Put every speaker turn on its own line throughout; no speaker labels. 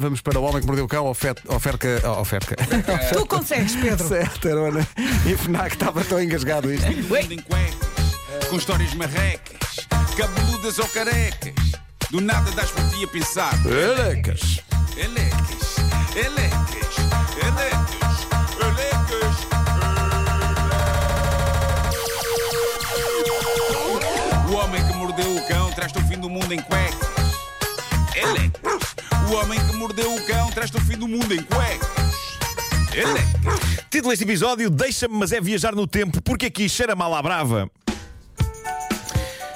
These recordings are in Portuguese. vamos para o Homem que Mordeu o Cão, oferta. oferta, oh, oferta.
É.
Tu consegues, Pedro.
Certo, Arona. E FNAC estava tão engasgado isto.
Mundo em cuecas, com histórias marrecas, cabeludas ou carecas. Do nada das por ti a pensar.
Elecas.
Elecas, elecas, elecas, elecas. O homem que mordeu o cão traz-te o fim do mundo em cuecas. Elecas. O homem que mordeu o cão traz-te o fim do mundo em cuecas. Elecas.
Título deste episódio: Deixa-me, mas é viajar no tempo, porque aqui cheira mal à brava.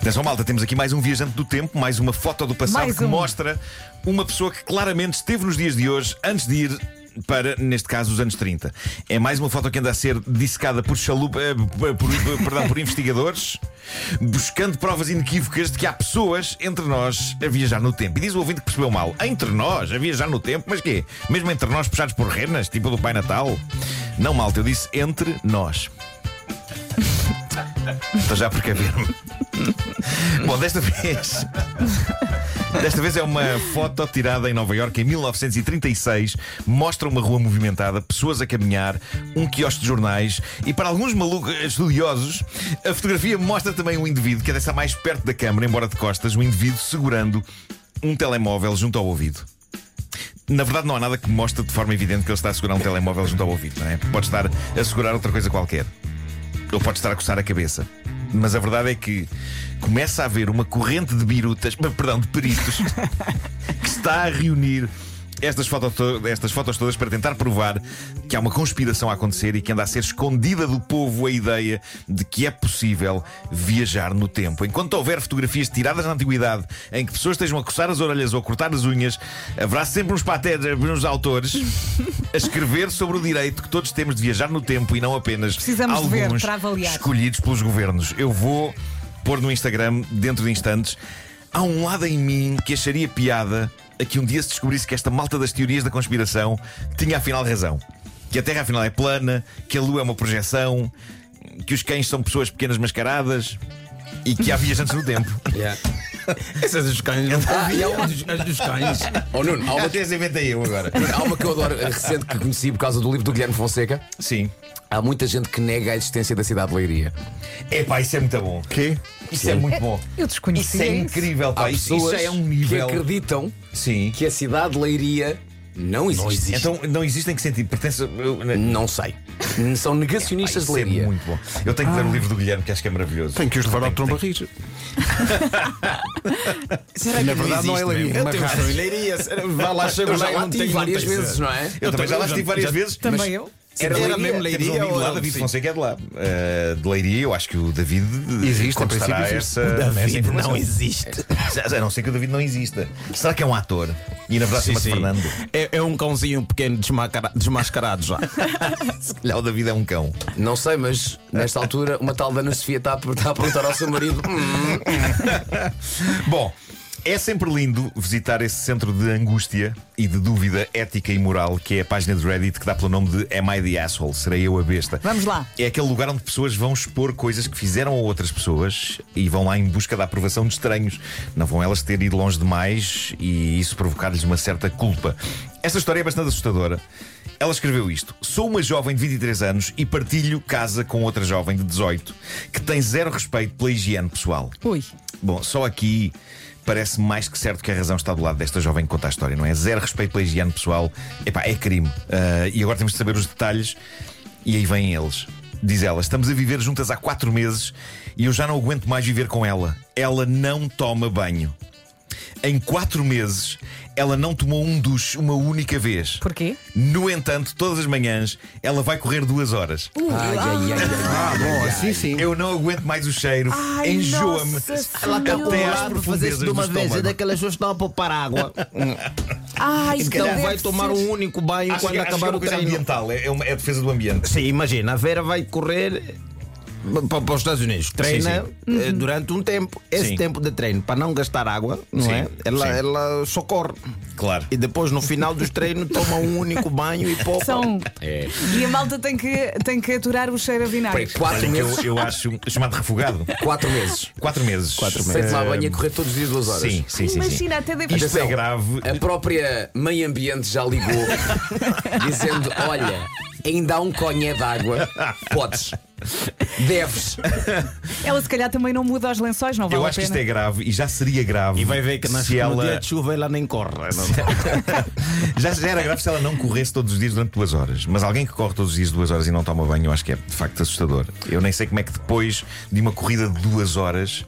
Atenção, malta, temos aqui mais um viajante do tempo, mais uma foto do passado
Mais
que
um.
mostra uma pessoa que claramente esteve nos dias de hoje antes de ir. Para, neste caso, os anos 30. É mais uma foto que anda a ser dissecada por, chalupa, eh, por- por- perdão, por investigadores, buscando provas inequívocas de que há pessoas entre nós a viajar no tempo. E diz o ouvinte que percebeu mal. Entre nós, a viajar no tempo? Mas quê? Mesmo entre nós, puxados por renas, tipo do Pai Natal? Não, malta, eu disse entre nós. Estou já a precaver-me. Bom, desta vez. Desta vez é uma foto tirada em Nova Iorque em 1936. Mostra uma rua movimentada, pessoas a caminhar, um quiosque de jornais e, para alguns malucos estudiosos, a fotografia mostra também um indivíduo que é dessa mais perto da câmara, embora de costas, um indivíduo segurando um telemóvel junto ao ouvido. Na verdade, não há nada que mostre de forma evidente que ele está a segurar um telemóvel junto ao ouvido, não é? Pode estar a segurar outra coisa qualquer. Ele pode estar a coçar a cabeça. Mas a verdade é que começa a haver uma corrente de birutas, perdão, de peritos, que está a reunir estas, foto to- estas fotos todas para tentar provar que há uma conspiração a acontecer e que anda a ser escondida do povo a ideia de que é possível viajar no tempo. Enquanto houver fotografias tiradas na antiguidade em que pessoas estejam a coçar as orelhas ou a cortar as unhas, haverá sempre uns patés, uns autores a escrever sobre o direito que todos temos de viajar no tempo e não apenas
Precisamos de
alguns
ver para avaliar.
escolhidos pelos governos. Eu vou pôr no Instagram dentro de instantes. Há um lado em mim que acharia piada a que um dia se descobrisse que esta malta das teorias da conspiração tinha afinal razão. Que a Terra afinal é plana, que a Lua é uma projeção, que os cães são pessoas pequenas mascaradas e que há viajantes no tempo.
Essas dos cães. Ah, e há uma dos, as dos cães.
Oh, Nuno, há uma,
Até as inventei eu agora.
há uma que eu adoro, eh, recente, que conheci por causa do livro do Guilherme Fonseca.
Sim.
Há muita gente que nega a existência da cidade de Leiria.
Epá, isso é muito bom.
Quê?
Isso é muito bom.
Eu desconhecia
Isso é
isso.
incrível,
Há
pá. Isso, isso
pessoas
é um nível.
que acreditam
Sim.
que a cidade de Leiria não existe. Não,
Então, não existe em que sentido? Pertence. a- né?
sei. São negacionistas de
Isso é
Leiria.
muito bom. Eu tenho que ler o livro do Guilherme, que acho que é maravilhoso.
Tem Ah. que os levar ao tromba rir.
Será
Na verdade, não é leiria. Uma raça.
leiria. Vá lá, chego
Eu já lá tive várias vezes, não é?
Eu, também já lá estive várias vezes.
Também
mas
eu.
Era,
Era
mesmo
Temos um
leiria.
amigo lá, David Fonseca, é de lá. Eh, de Leiria, eu acho que o David eh,
Existe, em
contestará
princípio existe.
essa, essa informação.
não existe.
Já- já, A não ser que o David não exista. Será que é um ator? E na verdade chama-se Fernando.
É, é um cãozinho pequeno desmacara- desmascarado já.
Se calhar o David é um cão.
Não sei, mas nesta altura uma tal da Ana Sofia está a, está a perguntar ao seu marido: "Hum,
Bom, é sempre lindo visitar esse centro de angústia e de dúvida ética e moral que é a página de Reddit que dá pelo nome de Am I the Asshole? Serei eu a besta?
Vamos lá.
É aquele lugar onde pessoas vão expor coisas que fizeram a outras pessoas e vão lá em busca da aprovação de estranhos. Não vão elas ter ido longe demais e isso provocar-lhes uma certa culpa. Esta história é bastante assustadora. Ela escreveu isto: Sou uma jovem de 23 anos e partilho casa com outra jovem de 18 que tem zero respeito pela higiene pessoal.
Ui.
Bom, só aqui parece mais que certo que a razão está do lado desta jovem que conta a história, não é? Zero respeito pela higiene pessoal. Epá, é crime. Ah, e agora temos de saber os detalhes e aí vêm eles. Diz ela: estamos a viver juntas há quatro meses e eu já não aguento mais viver com ela. Ela não toma banho. Em quatro meses, ela não tomou um duche uma única vez.
Porquê?
No entanto, todas as manhãs, ela vai correr duas horas.
ai, ai, ai, ai."
Ah, bom, assim sim.
Eu não aguento mais o cheiro,
Ai,
enjoa-me.
nossa
até
senhora.
às profundezas do
é
estômago.
é daquelas pessoas que estão a poupar água.
Ai,
Então
deve
vai
ser.
tomar um único banho
Acho
quando
que- acho que é
acabar
uma
o
coisa
treino.
ambiental, é, é uma- é a defesa do ambiente.
Sim, imagina, a Vera vai correr eh, para, para os Estados Unidos. Treina eh, durante um tempo. Esse
Sim.
tempo de treino, para não gastar água, não
Sim,
é? Ela,
sim.
ela socorre.
Claro.
E depois, no final dos treinos, toma um único banho e pouco.
São. É.
É.
E a malta tem que, tem que aturar o cheiro a vinagre.
"Hum, Quatro
Olha que eu,
meses.
eu acho um chamado refogado.
Quatro meses.
Quatro meses.
Quatro meses.
Sem tomar
Eh,
banho e correr todos os dias duas horas.
Sim, sim, sim. sim.
Imagina, até deve
Isto é
Atenção,
grave.
A própria Meio Ambiente já ligou dizendo: Olha, ainda há um conha d'água. Podes. Deves.
Ela se calhar também não muda os lençóis, não vale
Eu
a
acho que
pena.
isto é grave e já seria grave.
E vai ver que nas,
se
no dia
ela
de chuva ela nem corre. é?
já, já era grave se ela não corresse todos os dias durante duas horas. Mas alguém que corre todos os dias duas horas e não toma banho, eu acho que é de facto assustador. Eu nem sei como é que depois de uma corrida de duas horas.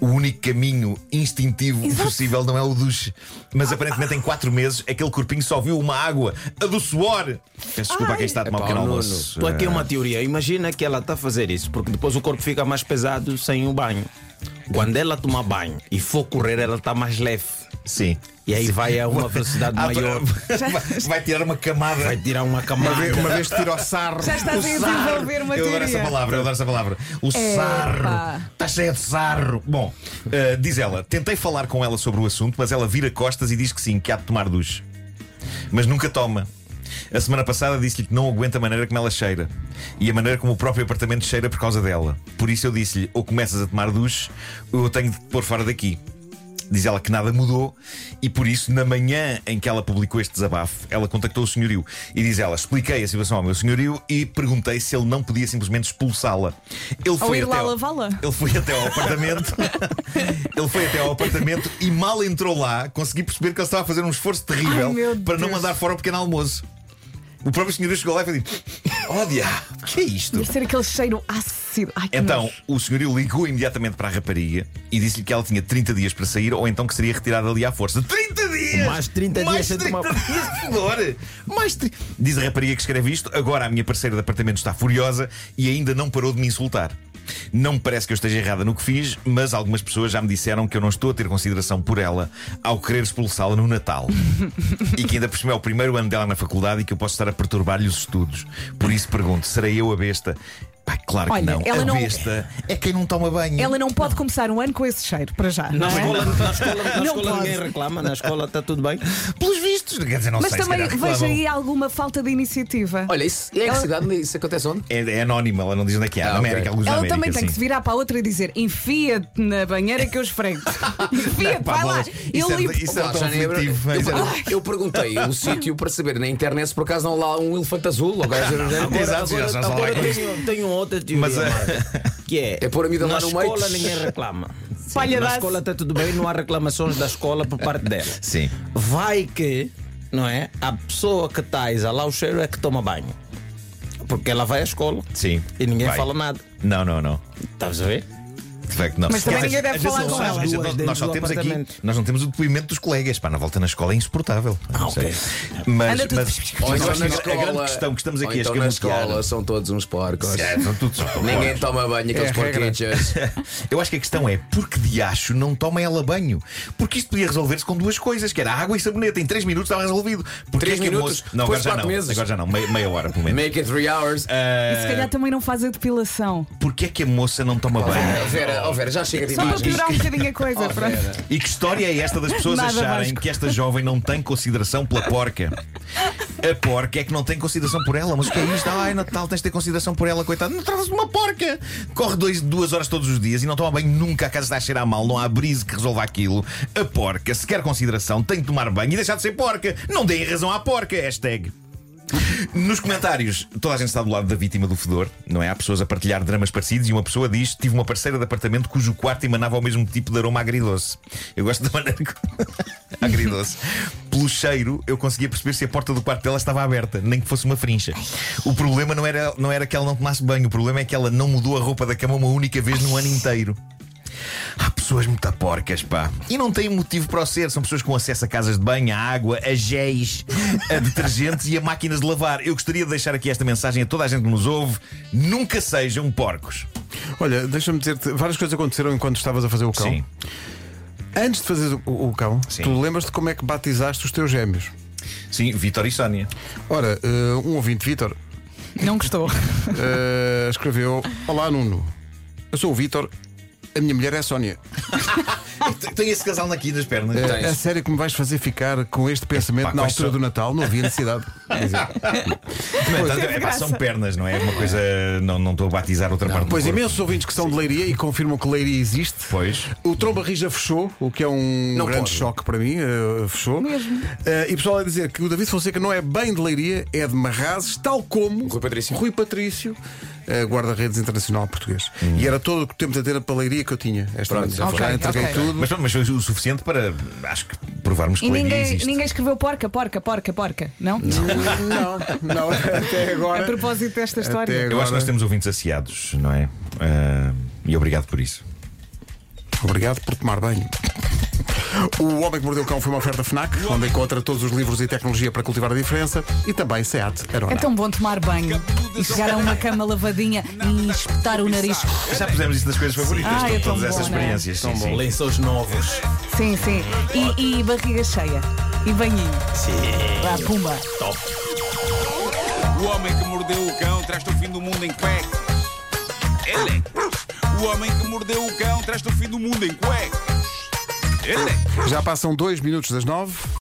O único caminho instintivo possível não é o duche. Mas aparentemente em quatro meses aquele corpinho só viu uma água, a do suor. Peço desculpa a quem está a tomar um
Epá,
pequeno
Nuno,
almoço.
Estou aqui uma teoria. Imagina que ela está a fazer isso, porque depois o corpo fica mais pesado sem o banho. Quando ela tomar banho e for correr, ela está mais leve.
Sim.
E aí vai a uma velocidade
Ah,
maior.
vai- Vai tirar uma camada.
Vai tirar uma
Uma
camada.
vez, uma vez que tira o sarro.
Já estás a desenvolver uma
eu adoro essa
teoria.
palavra, eu adoro essa palavra. O sarro. Está cheia de sarro. Bom, eh, diz ela, tentei falar com ela sobre o assunto, mas ela vira costas e diz que sim, que há de tomar duche. Mas nunca toma. A semana passada disse-lhe que não aguenta a maneira como ela cheira e a maneira como o próprio apartamento cheira por causa dela. Por isso eu disse-lhe: ou começas a tomar duche ou eu tenho de te pôr fora daqui. Diz ela que nada mudou e por isso, na manhã em que ela publicou este desabafo, ela contactou o senhorio e diz ela: expliquei a situação ao meu senhorio e perguntei se ele não podia simplesmente expulsá-la. Ele foi
ir lá
até ao-
lavá-la?
Ele foi até ao apartamento. ele foi até ao apartamento e mal entrou lá, consegui perceber que ele estava a fazer um esforço terrível
Ai, meu
para não
Deus.
mandar fora o pequeno almoço. O próprio senhorio chegou lá e falou: Oh, diabo, que é isto?
Deve ser aquele cheiro ácido. Ai, que
Então,
nojo.
o senhorio ligou imediatamente para a rapariga e disse-lhe que ela tinha 30 dias para sair ou então que seria retirada ali à força. 30 dias!
Mais 30
Mais
dias
30
de uma-
dias de fedor! Mais tri- Diz a rapariga que escreve isto. Agora a minha parceira de apartamento está furiosa e ainda não parou de me insultar. Não me parece que eu esteja errada no que fiz, mas algumas pessoas já me disseram que eu não estou a ter consideração por ela ao querer expulsá-la no Natal. e que ainda por cima é o primeiro ano dela na faculdade e que eu posso estar a perturbar-lhe os estudos. Por isso pergunto: serei eu a besta? Pá, claro que
Olha,
não.
ela
a
não-
besta é quem não toma banho.
Ela não pode começar um ano com esse cheiro, para já.
Na
não é?
escola, na escola, na
Não
escola
pode.
ninguém reclama, na escola está tudo bem.
Pelos vistos, quer dizer, não
Mas
sei se
também
calhar
vejo
reclamam.
aí alguma falta de iniciativa.
Olha, isso é a
Ela-
cidade, isso acontece onde?
É, é anónima, ela não diz onde é que é.
Ah,
na
ok.
América, alguns
Ela
na América.
também tem
sim.
que se virar para a outra e dizer: enfia-te na banheira que eu esfrego. enfia-te,
Pá,
vai lá.
bolas,
Eu
isso é-
limpo.
Isso é
Olá,
tão
Janeiro.
aflitivo.
Eu,
Isso é-
eu perguntei o sítio para saber na internet se por acaso não há lá um elefante azul. Ou coisa do género.
Exato, já- já- já lá
Agora
com isto.
tenho, tenho outra teoria.
Mas, eh,
Marta, que é,
É pôr a miúda
na
lá no meio.
escola ninguém reclama.
Palhaço.
Na escola está tudo bem, não há reclamações da escola por parte dela.
Sim.
Vai que, não é? A pessoa que está a exalar o cheiro é que toma banho. Porque ela vai à escola
Sim.
e ninguém
Vai.
fala nada.
Não, não, não.
Estás a ver?
De facto, não.
Mas também
Quer dizer,
ninguém deve
às vezes
falar
não
com
sabes,
ela.
às vezes
Duas
Nós, nós só
dentro do
temos aqui,
apartamento.
nós não temos o depoimento dos colegas. Pá, na volta na escola é insuportável. Não sei.
ok.
Mas,
Ah, Anda tudo-
mas,
Ou
mas
então
nós
na
temos- a grande
escola-
questão que estamos
ou
aqui
então
a
na
escamotear-
escola são todos uns porcos.
É, são todos só
Ninguém toma banho, aqueles
É a regra.
porquinhos.
Eu acho que a questão é porque de acho não toma ela banho? Porque isto podia resolver-se com duas coisas, que era água e sabonete. Em 3 minutos estava resolvido. Porque
Três
é que a
minutos?
moça- Não,
Depois
agora já
quatro
não.
meses.
Agora já não. Meia, meia hora, pelo menos.
Make it three hours.
Ah.
E se
é-
calhar também não faz a depilação.
Porquê é que a moça não toma banho?
Vera, Vera, oh, Vera, já chega de
Só para
imagens.
piorar um bocadinho a coisa.
Oh,
pronto.
Vera.
E que história é esta das pessoas
Nada,
acharem
Vasco.
que esta jovem não tem consideração pela porca? A porca é que não tem consideração por ela, mas o que é isto? Ai, Natal, tens de ter consideração por ela, coitada. Não tratas de uma porca! Corre dois, duas horas todos os dias e não toma banho nunca, a casa está a cheirar mal, não há brisa que resolva aquilo. A porca, se quer consideração, tem de tomar banho e deixar de ser porca. Não deem razão à porca, hashtag. Nos comentários, toda a gente está do lado da vítima do fedor, não é? Há pessoas a partilhar dramas parecidos e uma pessoa diz: Tive uma parceira de apartamento cujo quarto emanava o mesmo tipo de aroma agridoce. Eu gosto da maneira que. agridoce. Pelo cheiro, eu conseguia perceber se a porta do quarto dela estava aberta, nem que fosse uma frincha. O problema não era, não era que ela não tomasse banho, o problema é que ela não mudou a roupa da cama uma única vez no ano inteiro. Há pessoas muito porcas, pá. E não têm motivo para o ser. São pessoas com acesso a casas de banho, a água, a géis, a detergentes e a máquinas de lavar. Eu gostaria de deixar aqui esta mensagem a toda a gente que nos ouve: nunca sejam porcos.
Olha, deixa-me dizer-te, várias coisas aconteceram enquanto estavas a fazer o cão.
Sim.
Antes de fazer o, o cão,
Sim.
tu lembras-te como é que batizaste os teus gêmeos?
Sim, Vitor e Sónia.
Ora, eh, um ouvinte, Vítor,
Não gostou.
Eh, escreveu: Olá, Nuno. Eu sou o Vítor. A minha mulher é a Sónia.
Tem esse casal aqui nas pernas.
É,
Tens.
é sério que me vais fazer ficar com este pensamento
Então Epá,
na
quais
altura do
são?
Natal? Não havia necessidade. Quer dizer,
Mas, tanto- epá, são pernas, não é? Uma coisa. Não não estou a batizar outra parte. do
Pois
corpo.
imensos ouvintes que são de Leiria e confirmam que Leiria existe.
Pois.
O Tromba Rija fechou, o que é um
Não
grande
pode.
choque para mim. eh, fechou.
Mesmo.
Eh, e o pessoal a dizer que o David Fonseca não é bem de Leiria, é de Marrazes, tal como
Rui Patrício.
Rui Patrício, eh, guarda-redes internacional português. E era todo o tempo de antena para Leiria que eu tinha. Esta
Pronto,
noite.
já
já
foi.
entreguei
Ok, ok.
tudo.
Mas pronto, mas foi o suficiente para, acho que, provarmos que
E
Leiria
ninguém,
existe.
ninguém escreveu porca, porca, porca, porca. Não?
Não, não, até agora.
A propósito desta história.
Até-
Eu acho que
Agora-
nós temos ouvintes assiados, não é? Ah, e obrigado por isso.
Obrigado por tomar banho. O Homem que Mordeu o Cão foi uma oferta FNAC, onde encontra todos os livros e tecnologia para cultivar a diferença e também SEAT Arona.
É tão bom tomar banho e chegar a uma cama lavadinha e Hum, espetar o nariz.
Já pusemos isso nas coisas favoritas,
Ah, é tão
todas essas
bom, não é?
experiências. Sim, sim.
Lençóis novos.
Sim, sim. E, e barriga cheia. E banhinho.
Sim.
Lá, pumba.
Top.
O homem que mordeu o cão traz-te o fim do mundo em cuecas. Ele. é. O homem que mordeu o cão traz-te o fim do mundo em cuecas. Ele. é.
Já passam dois minutos das nove.